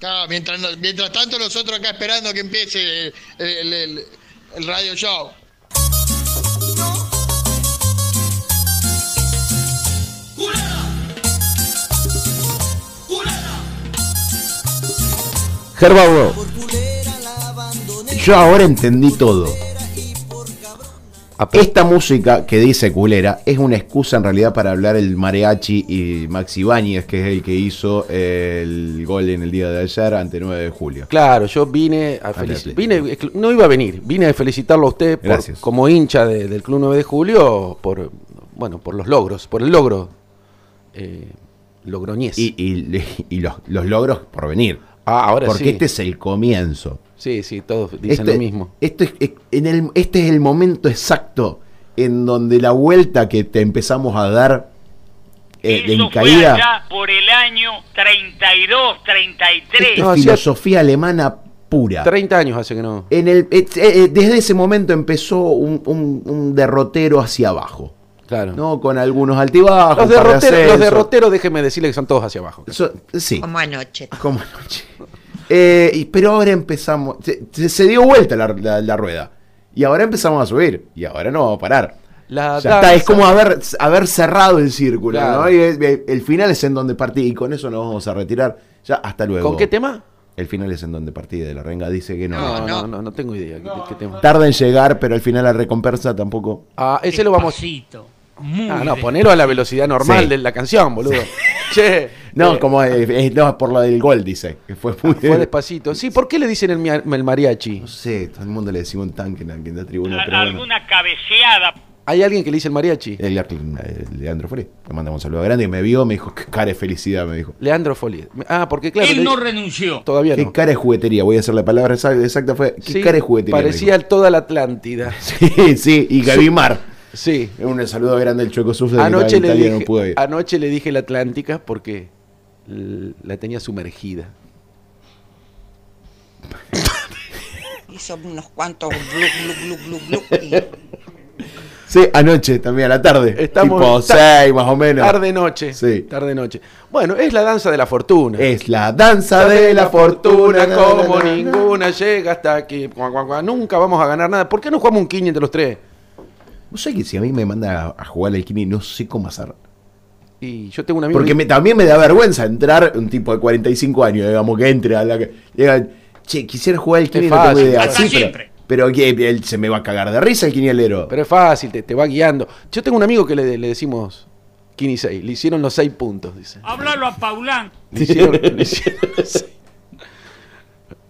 Claro, mientras, no- mientras tanto nosotros acá esperando que empiece el, el- el- el radio show. Gerardo, yo ahora entendí todo. Esta música que dice culera es una excusa en realidad para hablar el mariachi y Maxi Ibáñez, que es el que hizo eh, el gol en el día de ayer ante 9 de julio. Claro, yo vine a Atlético. felicitar. Vine, exclu- no iba a venir, vine a felicitarlo a usted por- Gracias. como hincha de- del Club 9 de Julio por, bueno, por los logros, por el logro eh, logroñés. Y, y- y los, los logros por venir. ah, ahora Porque sí. este es el comienzo. sí, sí, todos dicen Este- lo mismo. esto es, es- en el- este es el momento exacto en donde la vuelta que te empezamos a dar eh, de Eso fue caída. allá por el año 32, 33. Esto No, es hacía- filosofía alemana pura. 30 años hace que no. En el, eh, eh, desde ese momento empezó un, un- un derrotero hacia abajo, Claro. ¿no? Con algunos altibajos. los, un par de derroteros, los ascensos. derroteros, déjeme decirle que son todos hacia abajo. So- sí, Como anoche. como anoche. Eh, y- pero ahora empezamos. Se, se- se dio vuelta la, la- la rueda. Y ahora empezamos a subir. Y ahora no vamos a parar. La Ya está, danza- es como haber, haber cerrado el círculo, Ah, Claro. ¿no? Y es- el, final es en donde partí. Y con eso nos vamos a retirar. Ya, hasta luego. ¿Con qué tema? El final es en donde partí de la renga. Dice que no. No, no, no. no, no, tengo idea de qué tema. Tarda en llegar, pero al final la recompensa tampoco. Ah, ese lo vamos. Despacito, Muy Ah, no, ponelo a la velocidad normal Sí. de la canción, boludo. Che. No, eh, como eh, eh, no, por la del gol, dice. Que fue muy. Fue despacito. Sí, ¿por qué le dicen el, mia- el mariachi? No sé, todo el mundo le decimos un tanque en la, en la tribuna, A- pero bueno. Alguna cabeceada. ¿Hay alguien que le dice el mariachi? El, eh, Leandro Fori, le mandamos un saludo grande, que me vio, me dijo, qué cara de felicidad, me dijo. Leandro Foli. Ah, porque claro. le- Él no renunció. Todavía Qué no. cara de juguetería, voy a hacer la palabra exa- exacta, fue, qué Sí, cara de juguetería. me Parecía dijo. toda la Atlántida. Sí, sí, y Gavimar. Sí. Un saludo grande del Chueco Suf, de Anoche le, Italia, dije, no pude ir. anoche le dije la Atlántica porque l- la tenía sumergida. Hizo unos cuantos glu, glu, glu, glu, glu, y Sí, anoche también, a la tarde. Estamos- tipo ta- 6 más o menos. Tarde-noche. Sí. Tarde-noche. Bueno, es la danza de la fortuna. Es la danza de la fortuna na, na, como na, na, na. ninguna llega hasta aquí. Guau, guau, guau. Nunca vamos a ganar nada. ¿Por qué no jugamos un quiñe entre los tres? ¿Vos sabés que si a mí me manda a- a jugar al kini no sé cómo hacer? Y yo tengo un amigo. Porque que- me- también me da vergüenza entrar un tipo de 45 años, digamos, que entre a la que. Diga, che, quisiera jugar al kini, no tengo fácil, idea. es Sí, fácil. pero, Siempre. pero que él se me va a cagar de risa el quinielero. Pero es fácil, te, te va guiando. Yo tengo un amigo que le, le decimos 15 6. Le hicieron los 6 puntos, dice. Háblalo a Paulán. Le hicieron, le hicieron los seis.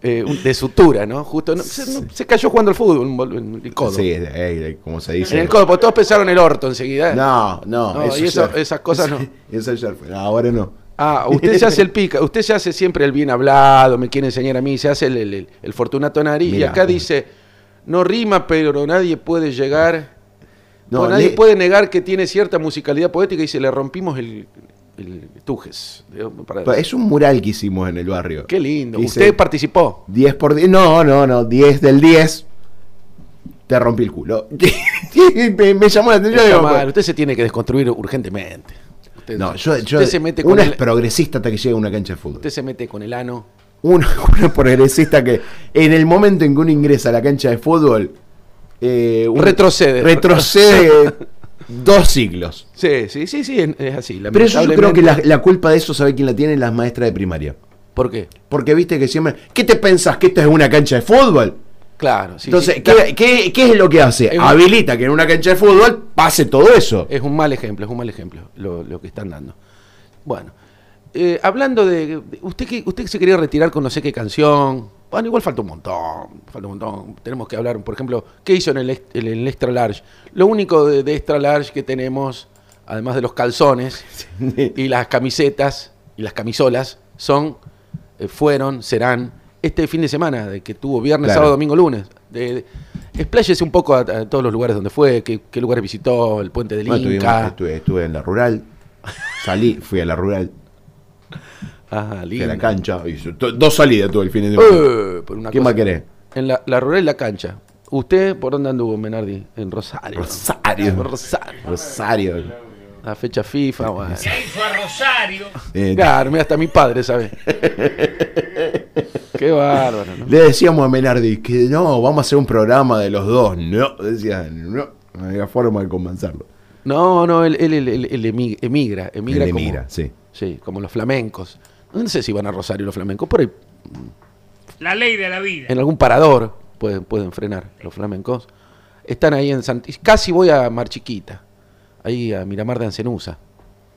Eh, un- de sutura, ¿no? Justo. no- se, no- se cayó jugando al fútbol un bol- en el codo. Sí, eh, como se dice. En el codo, porque todos pensaron el orto enseguida. ¿eh? No, no. No, y eso- esas cosas no. Eso ayer fue. No, ahora no. Ah, usted se hace el pica, usted se hace siempre el bien hablado, me quiere enseñar a mí, se hace el, el- el- el fortunato nariz. y Mirá, acá mirá. dice, no rima, pero nadie puede llegar. No, No, Pues nadie le- puede negar que tiene cierta musicalidad poética y se le rompimos el, el tujes. Digo, para- Es un mural que hicimos en el barrio. Qué lindo. Dice- Usted participó. 10 por 10. No, no, no. 10 del 10. Te rompí el culo. me, me llamó la atención. Está digo, mal, pues, Usted se tiene que desconstruir urgentemente. Usted, No, yo, yo- usted se mete con uno es el, progresista hasta que llega a una cancha de fútbol. usted se mete con el ano. Uno, uno es progresista que en el momento en que uno ingresa a la cancha de fútbol, eh, uno Retrocede. Retrocede dos siglos. Sí, sí, sí, sí, es, es así. Pero eso yo creo que la, lamentablemente. la culpa de eso, ¿sabe quién la tiene? Las maestras de primaria. ¿Por qué? Porque viste que siempre. ¿Qué te pensás? ¿Que esto es una cancha de fútbol? Claro, sí, Entonces, sí, ¿qué, qué- qué es lo que hace? Es un- Habilita que en una cancha de fútbol pase todo eso. Es un mal ejemplo, es un mal ejemplo lo, lo que están dando. Bueno, eh, hablando de. de- Usted que usted se quería retirar con no sé qué canción. Bueno, igual falta un montón, falta un montón. Tenemos que hablar, por ejemplo, ¿qué hizo en el, ex- en el Extra Large? Lo único de, de Extra Large que tenemos, además de los calzones y las camisetas y las camisolas, son, eh, fueron, serán, este fin de semana, de que tuvo viernes, Claro. sábado, domingo, lunes. De, de- expláyese un poco a, a todos los lugares donde fue, qué, qué lugares visitó, el puente del Bueno, estuvimos- Inca. estuve, estuve en la rural. Salí, fui a la rural, Ajá, fui a Ah, lindo. la cancha. hice to- dos salidas tuve el fin de semana. Eh, por una ¿Qué cosa- más querés? En la, la rural y la cancha. ¿Usted por dónde anduvo, Menardi? En Rosario. Rosario. Rosario. Rosario. La fecha FIFA, bueno. Se hizo a Rosario. Eh, Claro, mira, hasta mi padre, ¿sabes? Qué bárbaro, ¿no? Le decíamos a Menardi que no, vamos a hacer un programa de los dos. No, decía, no, no había forma de convencerlo. No, no, él, él- él- él- él emi- emigra, emigra Él como, emigra, sí. sí, como los flamencos. No sé si van a Rosario los flamencos, por ahí La ley de la vida. en algún parador pueden, pueden frenar los flamencos. Están ahí en Santis. Casi voy a Mar Chiquita, ahí a Miramar de Ancenusa.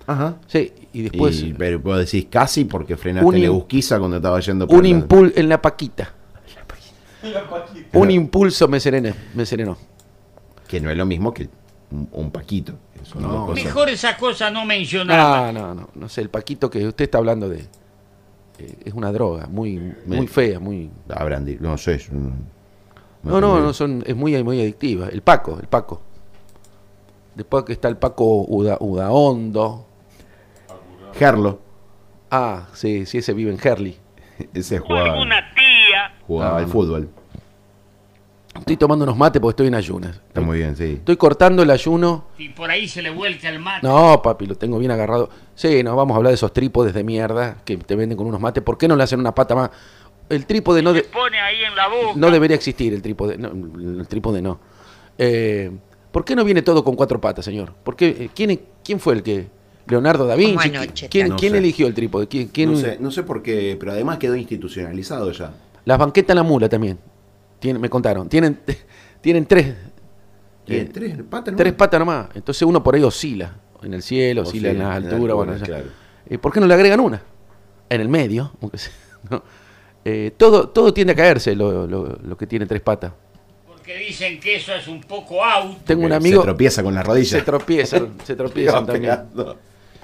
Ajá. Sí, y después Y- pero vos decís casi porque frenaste Un en im- Leusquiza cuando estaba yendo por un la- impulso en la paquita. Un impulso me serené, me serenó. Que no es lo mismo que un, un paquito. que son No. dos cosas. Mejor esas cosas no Ah, mencionarlas. No, no, no, no sé, el paquito que usted está hablando de eh, es una droga muy muy Bien. fea, muy Habrán di- Ah, no sé. yo no- No, no, tengo- no son, es muy, muy adictiva. El Paco, el Paco. Después que está el Paco Uda, Udaondo. Gerlo, Ah, sí, sí, ese vive en Herley. ese O jugaba, alguna tía. jugaba Ah. al fútbol. Estoy tomando unos mates porque estoy en ayunas. Está muy bien, sí. Estoy cortando el ayuno. Y por ahí se le vuelca el mate. No, papi, lo tengo bien agarrado. Sí, no, vamos a hablar de esos trípodes de mierda que te venden con unos mates. ¿Por qué no le hacen una pata más? El trípode no... Se de- pone ahí en la boca. No debería existir el trípode. No, el trípode no. Eh, ¿Por qué no viene todo con cuatro patas, señor? ¿Por qué? Eh, ¿Quién, quién fue el que? ¿Leonardo da Vinci? Como anoche, ¿Quién, tal. quién No sé. eligió el trípode? ¿Quién, quién- No, sé, no sé por qué, pero además quedó institucionalizado ya. Las banquetas la mula también. Tienen- me contaron. Tienen, tienen tres, Tiene Eh, tres patas. ¿no? tres patas nomás. Entonces uno por ahí oscila. En el cielo, oscila, Oscila, en las en la alturas. bueno, altura, allá. claro. Eh, ¿Por qué no le agregan una? En el medio. aunque sea, ¿no? Eh, todo, todo tiende a caerse lo- lo- lo que tiene tres patas. Porque dicen que eso es un poco out. Tengo un Porque amigo... Se tropieza con las rodillas. Se tropiezan, se tropiezan Va también. pegando.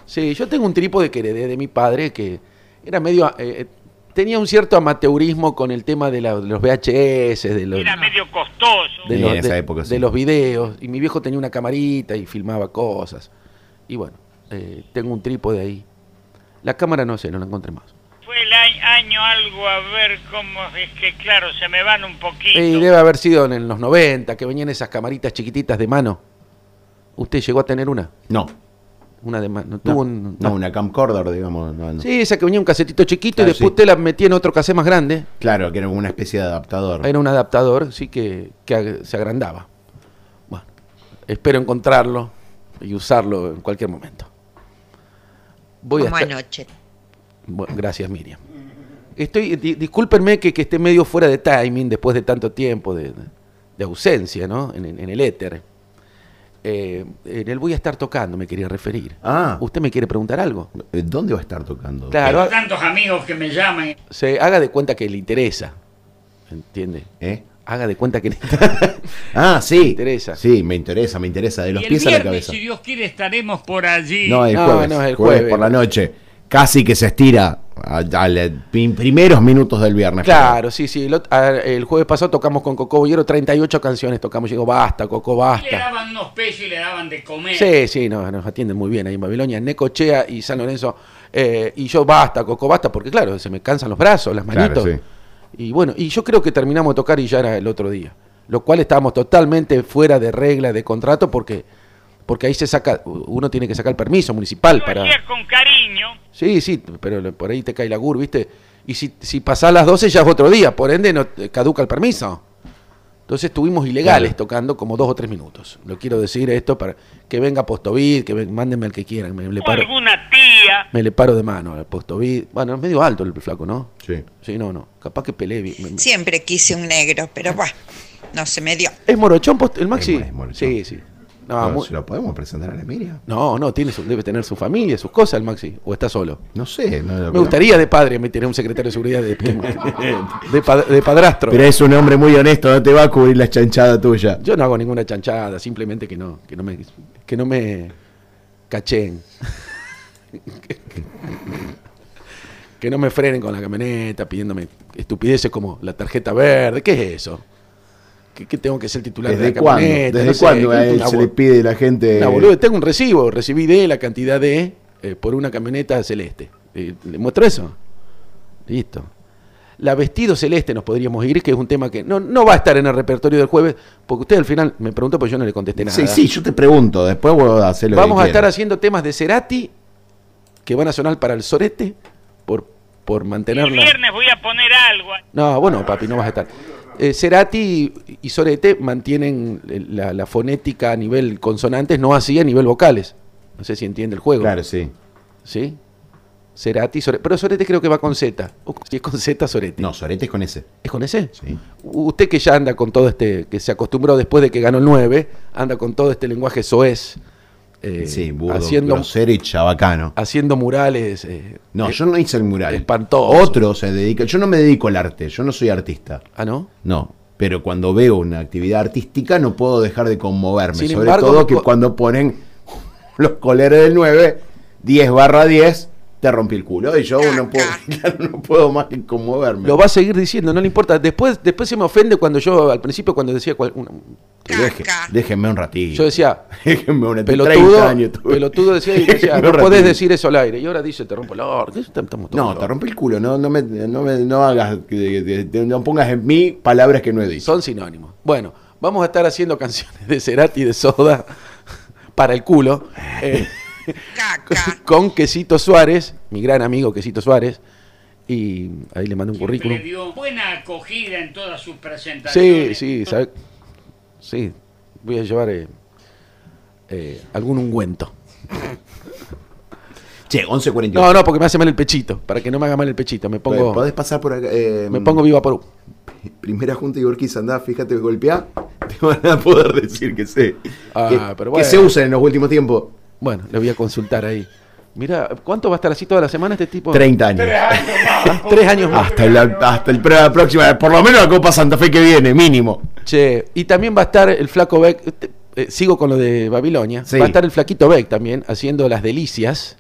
Sí, yo tengo un trípode que heredé de mi padre que era medio. eh, eh, tenía un cierto amateurismo con el tema de, la- de los VHS, de los, Era medio costoso. de Sí, los- en esa de- época, sí. de los videos. Y mi viejo tenía una camarita y filmaba cosas. Y bueno, eh, tengo un trípode ahí. La cámara no sé, no la encontré más. Fue el a- año algo a ver cómo es que, claro, se me van un poquito. Eh, Y debe haber sido en los 90 que venían esas camaritas chiquititas de mano. ¿Usted llegó a tener una? No. Una de mano. No, ¿Tuvo un- no, una camcorder, digamos. no, no. Sí, esa que venía un casetito chiquito Ah, y después sí. usted la metía en otro cassette más grande. Claro, que era una especie de adaptador. Era un adaptador, sí, que, que ag- se agrandaba. Bueno, espero encontrarlo y usarlo en cualquier momento. Voy a Como estar- anoche. Bueno, gracias, Miriam. Estoy, di- discúlpenme que, que esté medio fuera de timing después de tanto tiempo de, de ausencia, ¿no? En, en- en el éter. Eh, en el voy a estar tocando, me quería referir. Ah. ¿Usted me quiere preguntar algo? Eh, ¿Dónde va a estar tocando? Claro, Tengo ha- tantos amigos que me llaman. se haga de cuenta que le interesa. ¿Entiende? ¿Eh? Haga de cuenta que le interesa. Ah, sí. Me interesa. Sí, me interesa, me interesa. De los y el pies a viernes, la cabeza. si Dios quiere, estaremos por allí. No, el No, jueves. no, es el jueves jueves. por la noche. Casi que se estira a, a los prim- primeros minutos del viernes. Claro, sí, sí. El, ot- a- el jueves pasado tocamos con Coco Bollero 38 canciones. Tocamos, llegó basta, Coco, eh, Y le basta. daban unos pesos y le daban de comer. Sí, sí, no, nos atienden muy bien ahí en Babilonia. Necochea y San Lorenzo. eh, y yo basta, Coco, basta, porque claro, se me cansan los brazos, las Claro, manitos. Y bueno, y yo creo que terminamos de tocar y ya era el otro día. Lo cual estábamos totalmente fuera de regla de contrato porque, porque ahí se saca, uno tiene que sacar el permiso municipal Lo para. hacía con cariño. Sí, sí, pero lo- por ahí te cae la GUR, ¿viste? Y si, si pasás las 12 ya es otro día, por ende no te caduca el permiso. Entonces estuvimos ilegales Claro. tocando como dos o tres minutos. Lo quiero decir esto para que venga Postovid, que ven- mándenme al que quieran. Me le, O paro, alguna tía. me le paro de mano al Postovid. Bueno, es medio alto el flaco, ¿no? Sí. Sí, no, no. Capaz que Pelé. vi- me- me- Siempre quise un negro, pero bueno, no se me dio. ¿Es morochón Post- el Maxi? Es morochón. Sí, sí. No, Pero, muy- ¿Se lo podemos presentar a la Miriam? no, no, tiene su- debe tener su familia, sus cosas el Maxi. ¿O está solo? No sé. no lo- Me gustaría de padre meter a un secretario de seguridad de, de pa- de padrastro. Pero es un hombre muy honesto, no te va a cubrir la chanchada tuya. Yo no hago ninguna chanchada, simplemente que no, que no me, que no me cachen. que no me frenen con la camioneta pidiéndome estupideces como la tarjeta verde. ¿Qué es eso? ¿Qué, qué tengo que ser titular ¿Desde de la cuándo? camioneta? ¿Desde No sé, cuándo a una él se bo- le pide la gente? una boludez. Tengo un recibo, recibí de la cantidad de eh, por una camioneta celeste. Eh, ¿Le muestro eso? Listo. La vestido celeste nos podríamos ir, que es un tema que no, no va a estar en el repertorio del jueves, porque usted al final me preguntó, pues yo no le contesté nada. Sí, sí, yo te pregunto, después vos hacés lo que Vamos a estar quieras. haciendo temas de Cerati que van a sonar para el Sorete por por El mantenerla. viernes voy a poner algo. No, bueno, papi, no vas a estar. Eh, Cerati y Sorete mantienen la, la fonética a nivel consonantes, no así a nivel vocales. No sé si entiende el juego. Claro, sí. ¿Sí? Cerati, Sorete. Pero Sorete creo que va con Z. O si es con Z, Sorete. No, Sorete es con ese. ¿Es con ese? Sí. Usted que ya anda con todo este, que se acostumbró después de que ganó el 9, anda con todo este lenguaje soez, eh, sí, burdo, haciendo, grosero y chabacano. haciendo murales. eh, No, eh, yo no hice el mural. espantoso. Otro se dedica. Yo no me dedico al arte, yo no soy artista. Ah, ¿no? No. Pero cuando veo una actividad artística no puedo dejar de conmoverme. Sin Sobre embargo, todo me que co- cuando ponen los coleres del 9, 10 barra 10, te rompí el culo. Y yo no puedo, claro, no puedo más que conmoverme. Lo va a seguir diciendo, no le importa. Después, después se me ofende cuando yo, al principio, cuando decía. cual- una- Deje- déjenme un ratito. yo decía, déjenme un ratito. 30 pelotudo, años tuve. pelotudo decía, y decía, Déjenme no un podés ratito". decir eso al aire. Y ahora dice, te rompo el orto. No, te rompí el culo. No, no, me, no, me- no hagas. que- que- que- no pongas en mí palabras que no he dicho. Son sinónimos. Bueno, vamos a estar haciendo canciones de Cerati y de Soda para el culo. eh, Caca. con Quesito Suárez, mi gran amigo Quesito Suárez. Y ahí le mando un Siempre currículum. dio buena acogida en todas sus presentaciones. Sí, sí, ¿sabe? Sí, voy a llevar eh, eh, algún ungüento. Che, 11.48. No, no, porque me hace mal el pechito. Para que no me haga mal el pechito, me pongo, Pues, Podés pasar por acá. eh, me pongo viva por Primera junta y Gorky andá, fíjate, golpeá. Te van a poder decir que sé. Ah, que, pero que bueno. se usa en los últimos tiempos. Bueno, le voy a consultar ahí. Mira, ¿cuánto va a estar así toda la semana este tipo? Ah, 30 años. Tres años más. Hasta, la, hasta el pr- la próxima, por lo menos la Copa Santa Fe que viene, mínimo. Che, y también va a estar el flaco Beck. te- eh, sigo con lo de Babilonia. Sí. Va a estar el flaquito Beck también haciendo las delicias.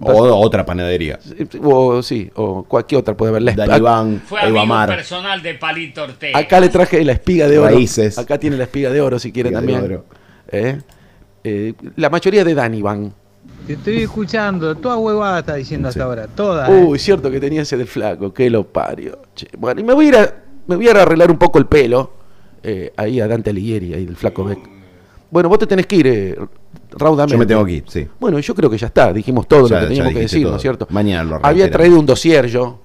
O otra panadería. O sí, o cualquier otra puede haber. La esp- Dani Iván, Fue Eva amigo Mar. personal de Palito Ortega. Acá le traje la espiga de oro. Raíces. Acá tiene la espiga de oro si quieren Espiga de también. oro. ¿Eh? Eh, la mayoría de Dani van. Te estoy escuchando, toda huevada está diciendo hasta ahora, toda. Uh. ¿eh? Uy, cierto que tenía ese del flaco, que lo parió. Che, bueno, y me voy a ir a, me voy a ir a arreglar un poco el pelo eh, ahí a Dante Alighieri, ahí del flaco Beck. Bueno, vos te tenés que ir, eh, raudamente. Yo me tengo que ir, sí. Bueno, yo creo que ya está, dijimos todo lo Ya- que ya teníamos que dijiste decir, todo. ¿no es cierto? Mañana lo Había reiteramos. traído un dossier yo,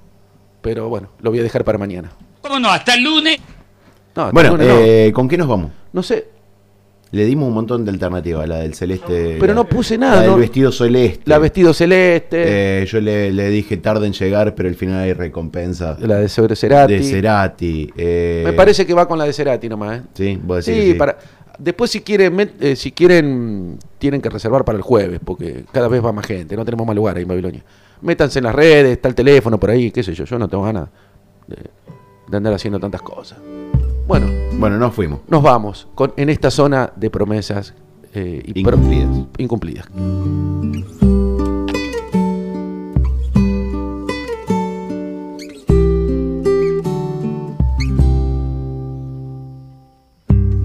pero bueno, lo voy a dejar para mañana. ¿Cómo no? Hasta el lunes. No, Bueno, no, no, no. eh, ¿con qué nos vamos? No sé, Le dimos un montón de alternativas, la del celeste. Pero la- no puse nada, La del ¿no? vestido celeste. la vestido celeste, Eh, yo le, le dije tarde en llegar, pero al final hay recompensa. la de sobre Cerati. De Cerati. eh, Me parece que va con la de Cerati nomás, ¿eh? Sí, vos decís. que Sí, para. Después si quieren, met- eh, si quieren, tienen que reservar para el jueves, porque cada vez va más gente, no tenemos más lugar ahí en Babilonia. Métanse en las redes, está el teléfono por ahí, qué sé yo, yo no tengo ganas de, de andar haciendo tantas cosas. Bueno, Bueno, nos fuimos. nos vamos con, en esta zona de promesas eh, y pro- Incumplidas. incumplidas.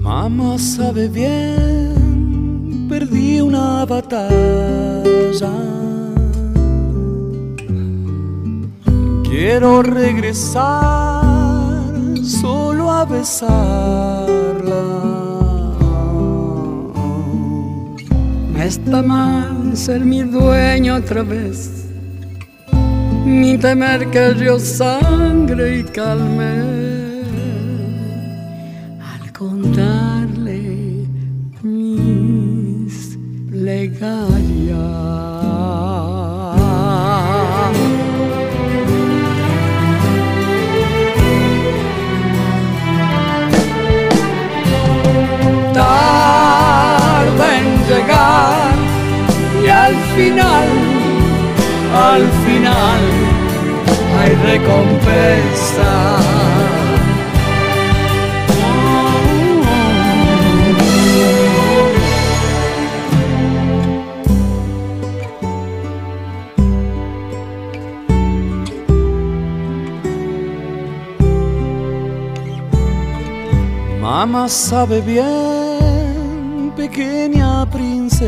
Mamá sabe bien, perdí una batalla. Quiero regresar solo a besarla. No está mal ser mi dueño otra vez, ni temer que yo sangre y calme al contarle mis plegarias. tarda en llegar y al final, al final hay recompensa. Mamá sabe bien, pequeña princesa.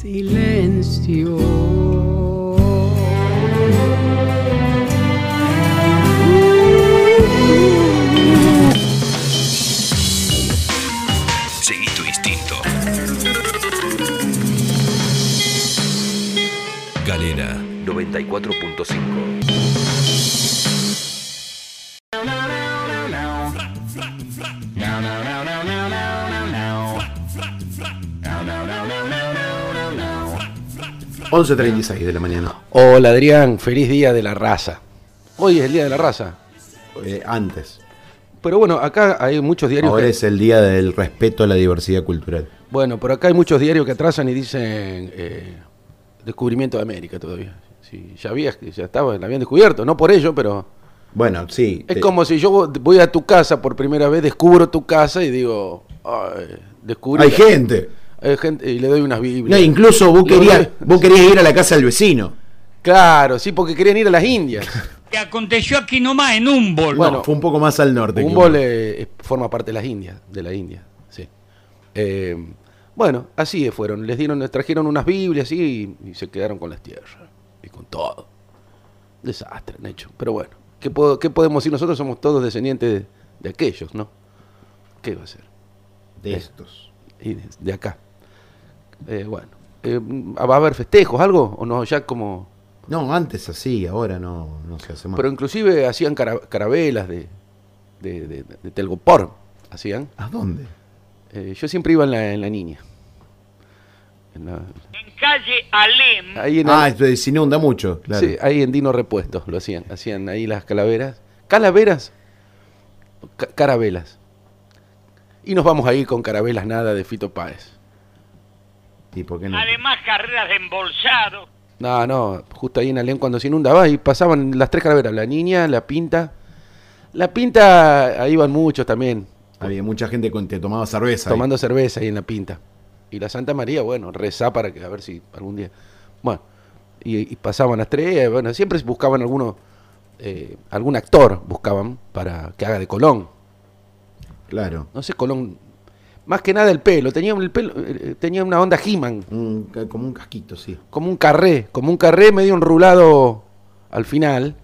silencio. Seguí tu instinto. Galena 94.5. Fra- 11.36 de la mañana. Hola Adrián, feliz día de la raza. Hoy es el día de la raza. Eh, antes. Pero bueno, acá hay muchos diarios. Ahora que- es el día del respeto a la diversidad cultural. Bueno, pero acá hay muchos diarios que atrasan y dicen eh, descubrimiento de América todavía. Sí, ya habías, ya estaba, la habían descubierto, no por ello, pero Bueno, sí. es te- como si yo voy a tu casa por primera vez, descubro tu casa y digo, "Ay, descubrí Hay la- gente. hay gente", y le doy unas No, Biblias. incluso vos Le doy- querías, vos querías ir a la casa del vecino. Claro, sí, porque querían ir a las Indias. Que aconteció aquí nomás en un bol. Bueno, No, fue un poco más al norte. que- Humboldt eh, eh, forma parte de las Indias, de la India, sí. Eh, bueno, así fueron. Les dieron, les trajeron unas Biblias sí, y, y se quedaron con las tierras y con todo. Desastre han hecho. Pero bueno, ¿qué, puedo- qué podemos decir? Nosotros somos todos descendientes de, de aquellos, ¿no? ¿Qué va a ser? de estos. Y de, de acá. Eh, bueno, eh, ¿va a haber festejos, algo? ¿O no? Ya como... No, antes así, ahora no, no se hace más. Pero inclusive hacían cara- carabelas de, de, de- de telgopor. Hacían. ¿A dónde? Eh, yo siempre iba en la, en la niña. En la- En calle Alem, ahí, en Ah, esto se inunda mucho. Claro. sí, ahí en Dino Repuestos lo hacían. Hacían ahí las calaveras. ¿Calaveras? o ca- carabelas. Y nos vamos a ir con carabelas nada de Fito Páez. ¿Y por qué no? además carreras de embolsado. No, no, justo ahí en Alem cuando se inundaba y pasaban las tres calaveras. La niña, la pinta. La pinta, ahí van muchos también. Había mucha gente con- que tomaba cerveza. ahí. tomando cerveza ahí en la pinta. Y la Santa María, bueno, rezá para que a ver si algún día. Bueno, y, y pasaban las tres, bueno, siempre buscaban alguno, eh, algún actor buscaban para que haga de Colón. Claro. No sé, Colón, más que nada el pelo, tenía el pelo, eh, tenía una onda He-Man, Un ca- como un casquito, sí. como un carré, como un carré medio enrulado al final.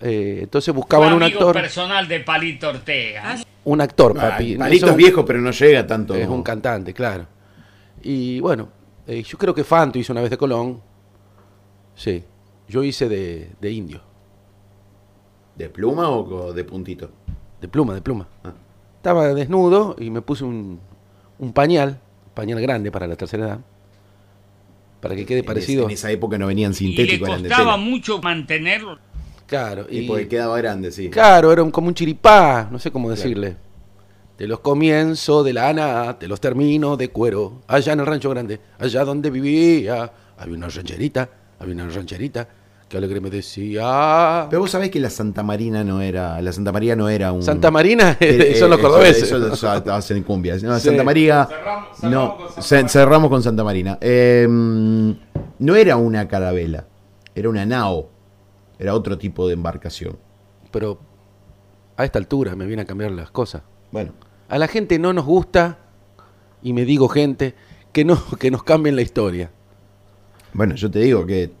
Eh, entonces buscaban un amigo actor, personal de Palito Ah, Ortega. un actor, papi. Ay, No Palito son- es viejo, pero no llega tanto. Es un cantante, claro. Y bueno, eh, yo creo que Fanto hizo una vez de Colón. Sí. Yo hice de, de indio. ¿De pluma o co- de puntito? De pluma, de pluma. Ah. Estaba desnudo y me puse un, un pañal, pañal grande para la tercera edad. Para que quede En es- parecido. En esa época no venían Y le sintéticos, eran de costaba tela. mucho mantenerlo. Claro. Y porque quedaba grande, sí. Claro, era un- como un chiripá, no sé cómo decirle. Te los comienzo de lana, te los termino de cuero. Allá en el rancho grande, allá donde vivía, había una rancherita, había una rancherita que alegre me decía. Pero vos sabés que la Santa Marina no era. La Santa María no era un. Santa Marina Eh, eh, son los eso- cordobeses. eso- eso hacen cumbias. No, Sí. Santa María. no, ce- cerramos con Santa Marina. Eh, no era una carabela, era una nao. Era otro tipo de embarcación. Pero a esta altura me vienen a cambiar las cosas. Bueno, A la gente no nos gusta, y me digo gente, que, no, que nos cambien la historia. bueno, yo te digo que.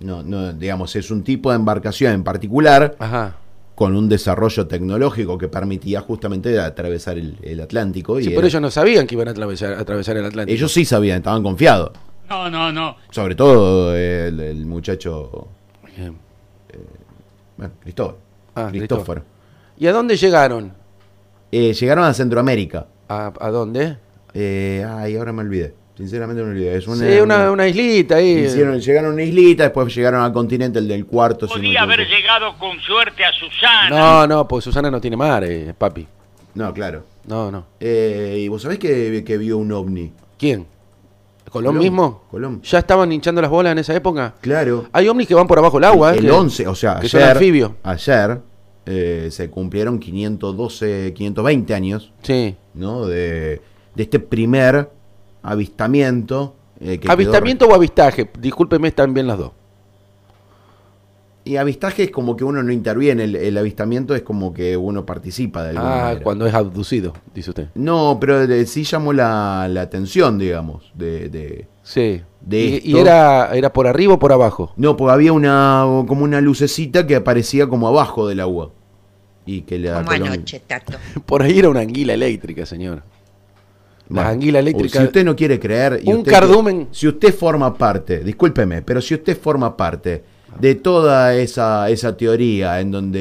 No, no, digamos, es un tipo de embarcación en particular Ajá. con un desarrollo tecnológico que permitía justamente atravesar el, el Atlántico. Y Sí, pero era- ellos no sabían que iban a atravesar, atravesar el Atlántico. ellos sí sabían, estaban confiados. No, no, no. Sobre todo el, el muchacho eh, Bien. bueno, Cristóbal. Ah, Cristóforo. ¿Y a dónde llegaron? Eh, llegaron a Centroamérica. ¿A, a dónde? Eh, ay, ahora me olvidé. Sinceramente me olvidé. Es una, sí, una, una islita ahí. hicieron- llegaron a una islita, después llegaron al continente, el del cuarto. si no me Podía haber equivoco. llegado con suerte a Susana. No, no, pues Susana no tiene mar, eh, papi. No, claro. No, no. Eh, ¿Y vos sabés que, que vio un ovni? ¿Quién? ¿Colón, Colón, mismo? Colón. ¿Ya estaban hinchando las bolas en esa época? Claro. Hay ovnis que van por abajo el agua. eh, el que- 11, o sea, que son ayer, anfibios. ayer eh, se cumplieron 512, 520 años, Sí. ¿no? De, de este primer avistamiento. eh, que quedó- ¿Avistamiento o avistaje? Discúlpeme, están bien las dos. Y avistaje es como que uno no interviene, el, el avistamiento es como que uno participa de alguna Ah, manera. cuando es abducido, dice usted. No, pero eh, sí llamó la, la atención, digamos, de, de- Sí. de ¿Y, y esto. era, era por arriba o por abajo? No, pues había una como una lucecita que aparecía como abajo del agua. Y que la Como Colón- anoche, Tato. Por ahí era una anguila eléctrica, señor. Las Bueno, anguilas o eléctricas. Si usted no quiere creer. y Un usted- cardumen. Si usted forma parte, discúlpeme, pero si usted forma parte de toda esa, esa teoría en donde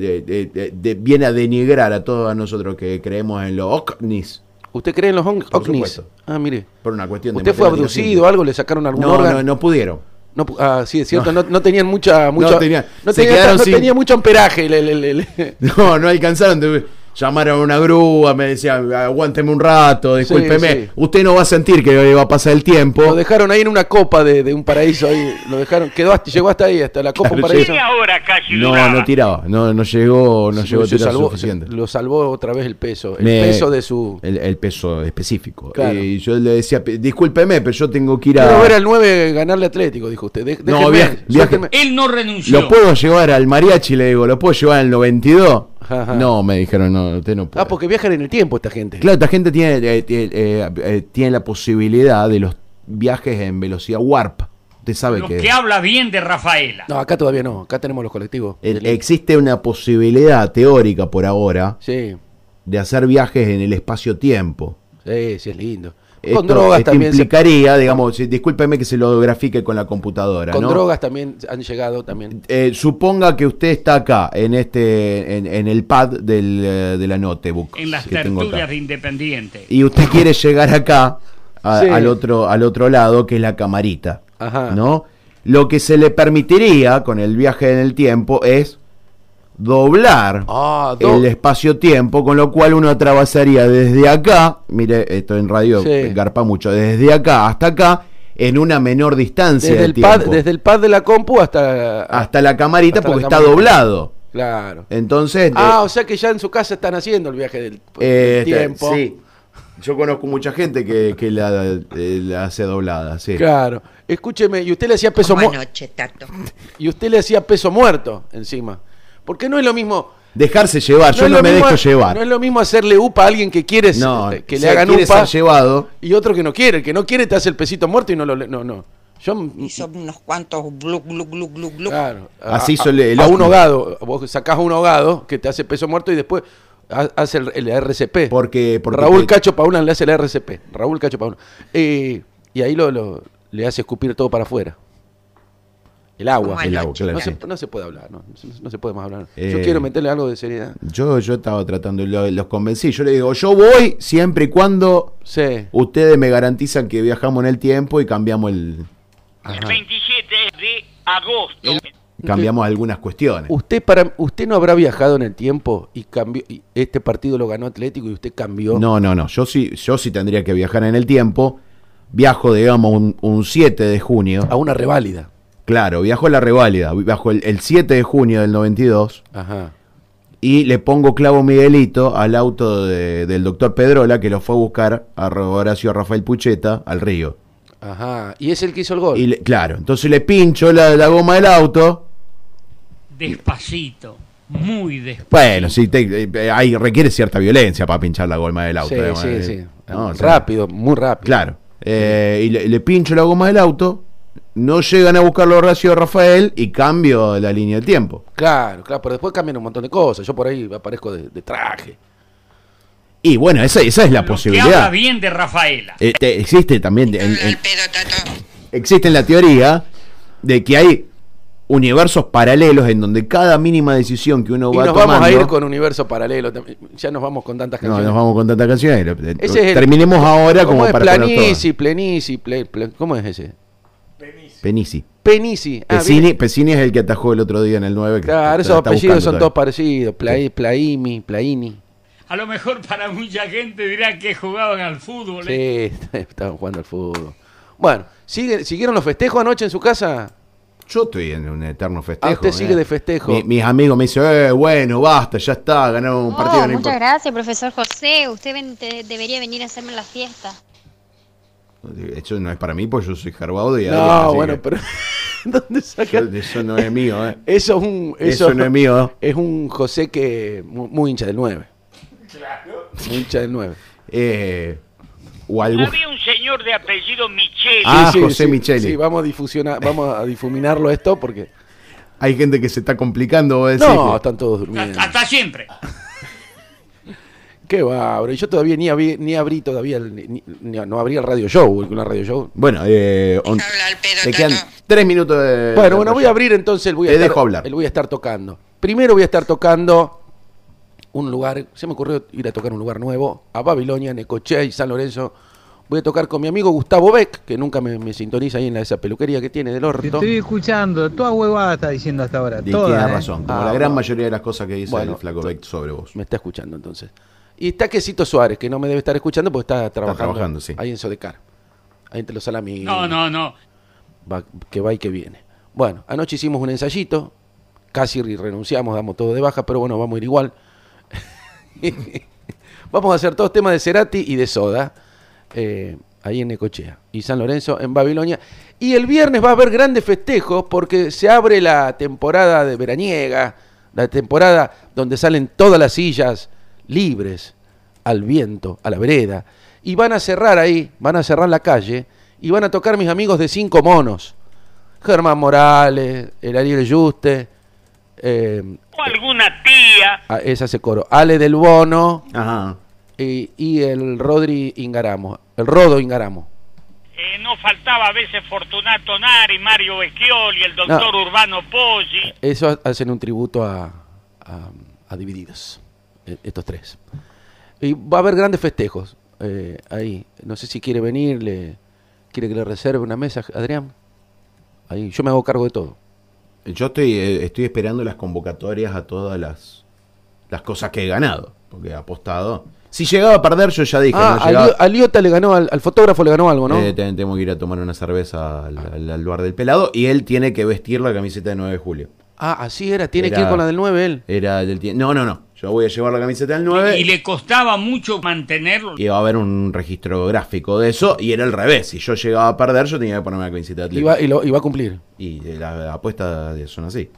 de- de- de- de- viene a denigrar a todos nosotros que creemos en los OCNIs ¿Usted cree en los on- Por ovnis? supuesto. Ah, mire. por una cuestión de. ¿Usted fue matemáticas abducido? simples. ¿Algo? ¿Le sacaron algún No, órgano? no, no pudieron. No pu- ah, sí, es cierto, no, no tenían mucha, mucho, no tenía- no se tenía, quedaron no sin- tenía mucho amperaje. el- el- el- el- No, no alcanzaron. tuve- Llamaron a una grúa, me decían, aguánteme un rato, discúlpeme. sí. Usted no va a sentir que va a pasar el tiempo. Lo dejaron ahí en una copa de, de un paraíso ahí, lo dejaron, quedó hasta, llegó hasta ahí, hasta la copa Claro, un paraíso. Media hora casi No, duraba. no tiraba. No, no llegó, no Sí, llegó a se tirar salvó- suficiente. lo salvó otra vez el peso, el Me- eh, peso de su... El, el peso específico. Claro. Y yo le decía, "Pe- discúlpeme, pero yo tengo que ir Quiero ver a. al 9 ganarle Atlético, dijo usted. De- déjenme- No, viaje- viaje. déjenme- Él no renunció. ¿Lo puedo llevar al mariachi? Le digo, ¿lo puedo llevar al 92? Ajá. No, me dijeron, no, usted no puede. Ah, porque viajan en el tiempo esta gente. Claro, esta gente tiene, eh, eh, eh, eh, tiene la posibilidad de los viajes en velocidad warp. Usted sabe Lo que. que habla bien de Rafaela. No, acá todavía no, acá tenemos los colectivos. eh, Del- Existe una posibilidad teórica por ahora Sí, de hacer viajes en el espacio-tiempo. sí, sí, es lindo. Esto, con drogas esto también... se- implicaría, digamos, si- discúlpeme que se lo grafique con la computadora, con ¿no? drogas también han llegado también. Eh, suponga que usted está acá, en este, en, en el pad del, eh, de la notebook. En las que tengo acá. tertulias de Independiente. Y usted quiere llegar acá, a- Sí. al, otro, al otro lado, que es la camarita, Ajá. ¿no? Lo que se le permitiría con el viaje en el tiempo es doblar Ah, do- el espacio-tiempo, con lo cual uno atravesaría desde acá, mire, esto en radio Sí. garpa mucho, desde acá hasta acá, en una menor distancia desde de el, tiempo. pad, desde el pad de la compu hasta... Hasta la camarita hasta la porque está camarita. doblado. Claro. Entonces, Ah, eh, o sea que ya en su casa están haciendo el viaje del, eh, del tiempo. sí. Yo conozco mucha gente que, que la, eh, la hace doblada, sí. Claro. Escúcheme, y usted le hacía Pues peso Como mu- anoche, Tato. y usted le hacía peso muerto encima. Porque no es lo mismo. Dejarse llevar, Ah, yo es no lo me mismo- dejo llevar. No es lo mismo hacerle upa a alguien que quiere No, eh, que si le hagan quiere upa ser llevado. y otro que no quiere. El que no quiere te hace el pesito muerto y no lo. le- No, no. Yo. Y son unos cuantos glu, glu, glu, glu, glu. Ah, Claro. A- Así a- hizo el- el a un Ocni. hogado. Vos sacás a un hogado que te hace peso muerto y después ha- hace el, el RCP. Porque, porque Raúl te- Cacho Paula le hace el RCP. Raúl Cacho Paula. Eh, y ahí lo, lo- le hace escupir todo para afuera. El agua. Como el anoche, agua, claro. No Tato. se, no se puede hablar, no, no- no se puede más hablar. Eh. Yo quiero meterle algo de seriedad. Yo, yo estaba tratando, lo- los convencí. Yo le digo, yo voy siempre y cuando Sí. ustedes me garantizan que viajamos en el tiempo y cambiamos el Ajá. El 27 de agosto. cambiamos algunas cuestiones. Usted para usted no habrá viajado en el tiempo y cambió y este partido lo ganó Atlético y usted cambió. No, no, no. Yo sí, yo sí tendría que viajar en el tiempo. Viajo, digamos, un, un 7 de junio. A una reválida. Claro, viajo a la reválida. Viajo el, el 7 de junio del 92. Ajá. Y le pongo clavo Miguelito al auto de- del doctor Pedrola que lo fue a buscar a Ro- Horacio Rafael Pucheta al río. Ajá. Y es el que hizo el gol. Y le- claro, entonces le pincho la, la goma del auto. Despacito. Muy despacito. Bueno, sí, te- eh, ahí requiere cierta violencia para pinchar la goma del auto. sí, digamos, sí, eh. sí. No, o sea, rápido, muy rápido. Claro. Eh, y le, le pincho la goma del auto. No llegan a buscarlo Horacio y Rafael y cambio la línea de tiempo. Claro, claro, pero después cambian un montón de cosas. Yo por ahí aparezco de, de traje. Y bueno, esa, esa es la Lo Que habla posibilidad. bien de Rafaela. Eh, te- existe también, en- No, no, en- el pedo, Tato. existe en la teoría de que hay universos paralelos en donde cada mínima decisión que uno Y va nos tomando. vamos a ir con universo paralelo. también. Ya nos vamos con tantas No, canciones. nos vamos con tantas canciones. Ese es el- Terminemos ahora ¿Cómo como es? para poner todo. Planici, plenici, ple- ple- ¿Cómo es ese? Penici. Penici. Ah, Pesini, bien. Pesini es el que atajó el otro día en el 9. que Claro, está- esos está apellidos buscando son todos todavía. parecidos. Plai- Plaimi, Plaini. A lo mejor para mucha gente dirá que jugaban al fútbol. ¿eh? Sí, estaban jugando al fútbol. Bueno, ¿sigue- ¿siguieron los festejos anoche en su casa? Yo estoy en un eterno festejo. ¿eh? Ah, usted sigue de festejo. Mi- mis amigos me dicen, eh, bueno, basta, ya está, ganaron un partido. no importa. Oh, gracias, profesor José. Usted debería venir a hacerme la fiesta. Eso no es para mí porque yo soy Jarbaudo y no, adulto, así bueno, que- pero ¿Dónde saca? Yo- Eso no es mío, ¿eh? Eso es un. Eso no es mío. Es un José que. mu- Muy hincha del 9. Muy hincha del 9. Eh, o algún- Había un señor de apellido Micheli. Ah, José Micheli. Sí, vamos a, difusionar, vamos a difuminarlo esto porque. Hay gente que se está complicando, vos decís. No, están todos durmiendo. Hasta siempre. Qué bárbaro. Y yo todavía ni abrí, ni abrí todavía. el- ni- ni- no abrí el radio show. el- Una radio show. Bueno, eh, on- te quedan tres minutos de... Bueno, bueno, voy a abrir entonces el voy a Eh, Te estar- dejo hablar. el voy a estar tocando. Primero voy a estar tocando un lugar, se me ocurrió ir a tocar un lugar nuevo, a Babilonia, Necochea y San Lorenzo. Voy a tocar con mi amigo Gustavo Beck, que nunca me, me sintoniza ahí en la- esa peluquería que tiene del Te orto. estoy escuchando, toda huevada está diciendo hasta ahora. Y toda, tiene ¿eh? razón, como Ah, la gran bueno. mayoría de las cosas que dice Bueno, el flaco Beck sobre vos. Me está escuchando entonces. Y está Quesito Suárez, que no me debe estar escuchando porque está trabajando, trabajando, sí. ahí en Sodecar. Ahí entre los salami. No, no, no. va- que va y que viene. Bueno, anoche hicimos un ensayito, casi ri- renunciamos, damos todo de baja, pero bueno, vamos a ir igual. vamos a hacer todos temas de Cerati y de Soda, eh, ahí en Necochea, y San Lorenzo, en Babilonia. Y el viernes va a haber grandes festejos porque se abre la temporada de veraniega, la temporada donde salen todas las sillas libres al viento, a la vereda. Y van a cerrar ahí, van a cerrar la calle y van a tocar mis amigos de Cinco Monos. Germán Morales, el Ariel Juste, eh, O alguna tía. a- ese hace coro, Ale del Bono Ajá. y, y el Rodri Ingaramo, el Rodo Ingaramo. eh, no faltaba a veces Fortunato Nari, Mario Becchioli, el doctor Urbano Poggi. Eso hacen un tributo a, a- a Divididos, e- estos tres. Y va a haber grandes festejos eh, ahí. No sé si quiere venir, le- quiere que le reserve una mesa, Adrián. Ahí, yo me hago cargo de todo. Yo estoy, eh, estoy esperando las convocatorias a todas las, las cosas que he ganado, porque he apostado. Si llegaba a perder, yo ya dije, ah, no a llegaba- Lio- a Liota le ganó, al, al fotógrafo le ganó algo, ¿no? Eh, te- tengo que ir a tomar una cerveza al, al- al lugar del pelado y él tiene que vestir la camiseta de 9 de julio. Ah, así era, tiene que Era- ir con la del 9 él. Era del tie- No, no, no. Yo voy a llevar la camiseta del 9 Y le costaba mucho mantenerlo. y va a haber un registro gráfico de eso y era al revés. Si yo llegaba a perder, yo tenía que ponerme la camiseta de Y Atlético. va, y lo, y va a cumplir. Y eh, las apuestas son así.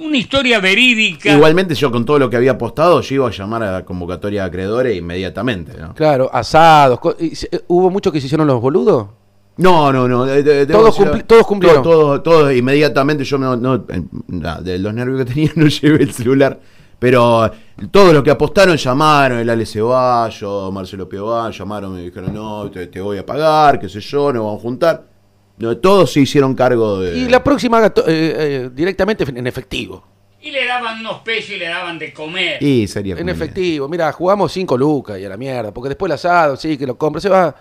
Una historia verídica. Igualmente yo con todo lo que había apostado, yo iba a llamar a la convocatoria de acreedores inmediatamente. ¿no? Claro, asados. co- y se- eh, ¿Hubo muchos que se hicieron los boludos? No, no, no. de- de- Todos tengo que cumpli- decir- todos cumplieron. Todos, todos, todos inmediatamente. Yo no, no, eh, nada, de los nervios que tenía no llevé el celular. Pero eh, todos los que apostaron llamaron, el Ale Ceballo, Marcelo Piován, llamaron, me dijeron, no, te, te voy a pagar, qué sé yo, nos vamos a juntar. No, todos se hicieron cargo de... Y la próxima haga to- eh, eh, directamente en efectivo. Y le daban unos pesos y le daban de comer. Y sería En como- efectivo, mira, jugamos 5 lucas y a la mierda, porque después el asado, sí, que lo compra, se va,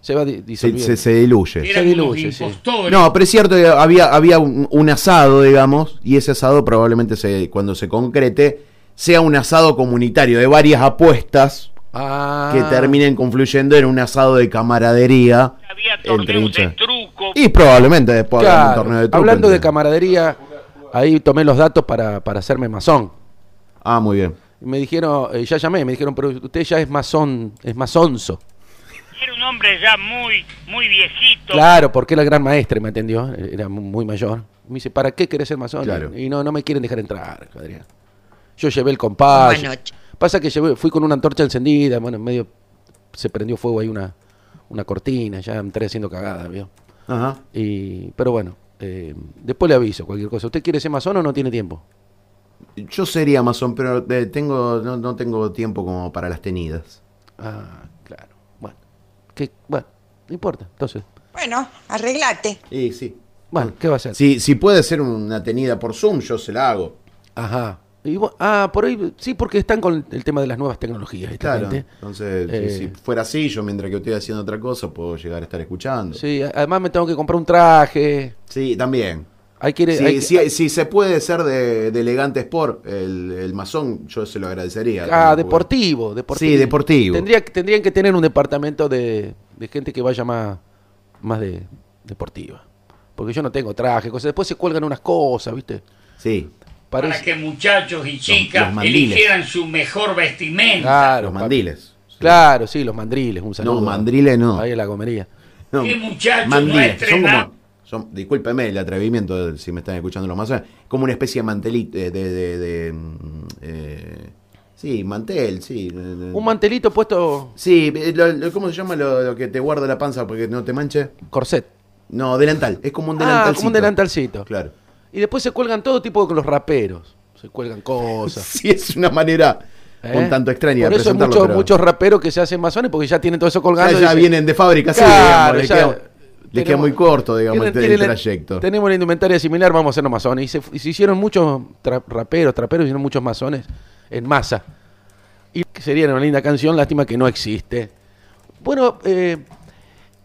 se va di- Se, disolviendo. se- se diluye. Eran se unos diluye, sí. impostores. No, pero es cierto que había, había un, un asado, digamos, y ese asado probablemente se, cuando se concrete sea un asado comunitario de varias apuestas Ah, que terminen confluyendo en un asado de camaradería. Había Entre torneos de hinchas. truco. Y probablemente después habrá claro. un torneo de truco Hablando de entre- camaradería, ahí tomé los datos para, para hacerme masón. Ah, muy bien. Y Me dijeron, eh, ya llamé, me dijeron, pero usted ya es masón, es masonzo. Era un hombre ya muy, muy viejito. Claro, porque era el gran maestre, me atendió, era mu- muy mayor. Me dice, ¿para qué querés ser masón? Claro. Y no, no me quieren dejar entrar, Adrián. Yo llevé el Ah, compás. Buenas noches. Pasa que llevé- fui con una antorcha encendida, bueno, en medio se prendió fuego ahí una, una cortina, ya entré haciendo cagada, ¿vio? Ajá. Y, pero bueno, eh, después le aviso cualquier cosa. ¿Usted quiere ser masón o no tiene tiempo? Yo sería masón, pero eh, tengo, no, no tengo tiempo como para las tenidas. Ah, claro. Bueno, que, bueno, no importa. Entonces, Bueno, arreglate. Y sí. bueno, ¿qué va a hacer? Si, si puede ser una tenida por Zoom, yo se la hago. Ajá. Y vo- ah, por ahí, sí, porque están con el tema de las nuevas tecnologías. esta Claro. gente. Entonces, Eh. si si fuera así, yo mientras que estoy haciendo otra cosa, puedo llegar a estar escuchando. Sí, Sí, a- además me tengo que comprar un traje. también. Hay que ir- Si, hay que- si- si se puede ser de, de elegante sport, el, el masón, yo se lo agradecería. Ah, Porque- deportivo, deportivo. Sí, deportivo. Tendría, que- tendrían que tener un departamento de, de gente que vaya más, más de deportiva. Porque yo no tengo traje, cosas. Después se cuelgan unas cosas, ¿viste? Sí. para Parece. que muchachos y chicas los mandiles. eligieran su mejor vestimenta. Claro, Los pa- mandiles. Claro, sí, los mandriles, un saludo. mandriles no. Ahí en la comería. No, Qué muchacho no ha Mandiles. Son como, estrenado. son, discúlpeme el atrevimiento de- si me están escuchando los masones, como una especie de mantelito, eh, de... de- de, mm, eh, sí, mantel, sí. Un mantelito puesto. Sí, eh, lo- lo- ¿cómo se llama lo, lo que te guarda la panza porque no te manche? Corset. No, delantal, es como un Ah, delantal. como un delantalcito. Claro. Y después se cuelgan todo tipo con los raperos. Se cuelgan cosas. Sí, es una manera un tanto ¿Eh? extraña Por de eso hay presentarlo, muchos, pero- muchos raperos que se hacen masones porque ya tienen todo eso colgado. Ya, ya vienen de fábrica, sí, digamos, le queda- le queda muy corto, digamos, el- el trayecto. Tenemos una indumentaria similar, vamos a hacernos masones. Y se, y se hicieron muchos tra- raperos, traperos, hicieron muchos masones en masa. Y que sería una linda canción, lástima que no existe. Bueno, eh,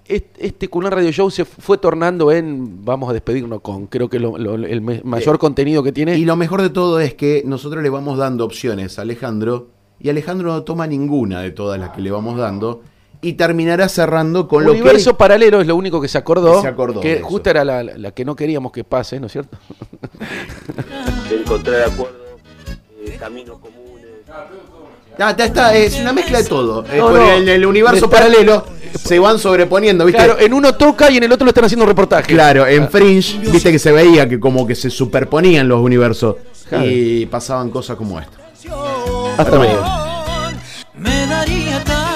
est- este Culán Radio Show se fue tornando en, vamos a despedirnos con, creo que lo- lo- el me- mayor Eh, contenido que tiene. Y lo mejor de todo es que nosotros le vamos dando opciones a Alejandro y Alejandro no toma ninguna de todas las que le vamos dando y terminará cerrando con lo que... Universo paralelo es lo único que se acordó. Se acordó de que eso. justo era la, la- la que no queríamos que pase, ¿no es cierto? de encontrar acuerdos, eh, caminos comunes. Ah, ya está, es una mezcla de todo. Eh, No, por no. el, el universo Está- paralelo se van sobreponiendo, ¿viste? Claro, eh, en uno toca y en el otro lo están haciendo un reportaje. Claro, en Fringe, viste que se veía que como que se superponían los universos Claro. y pasaban cosas como esta. Hasta mañana. Me daría tal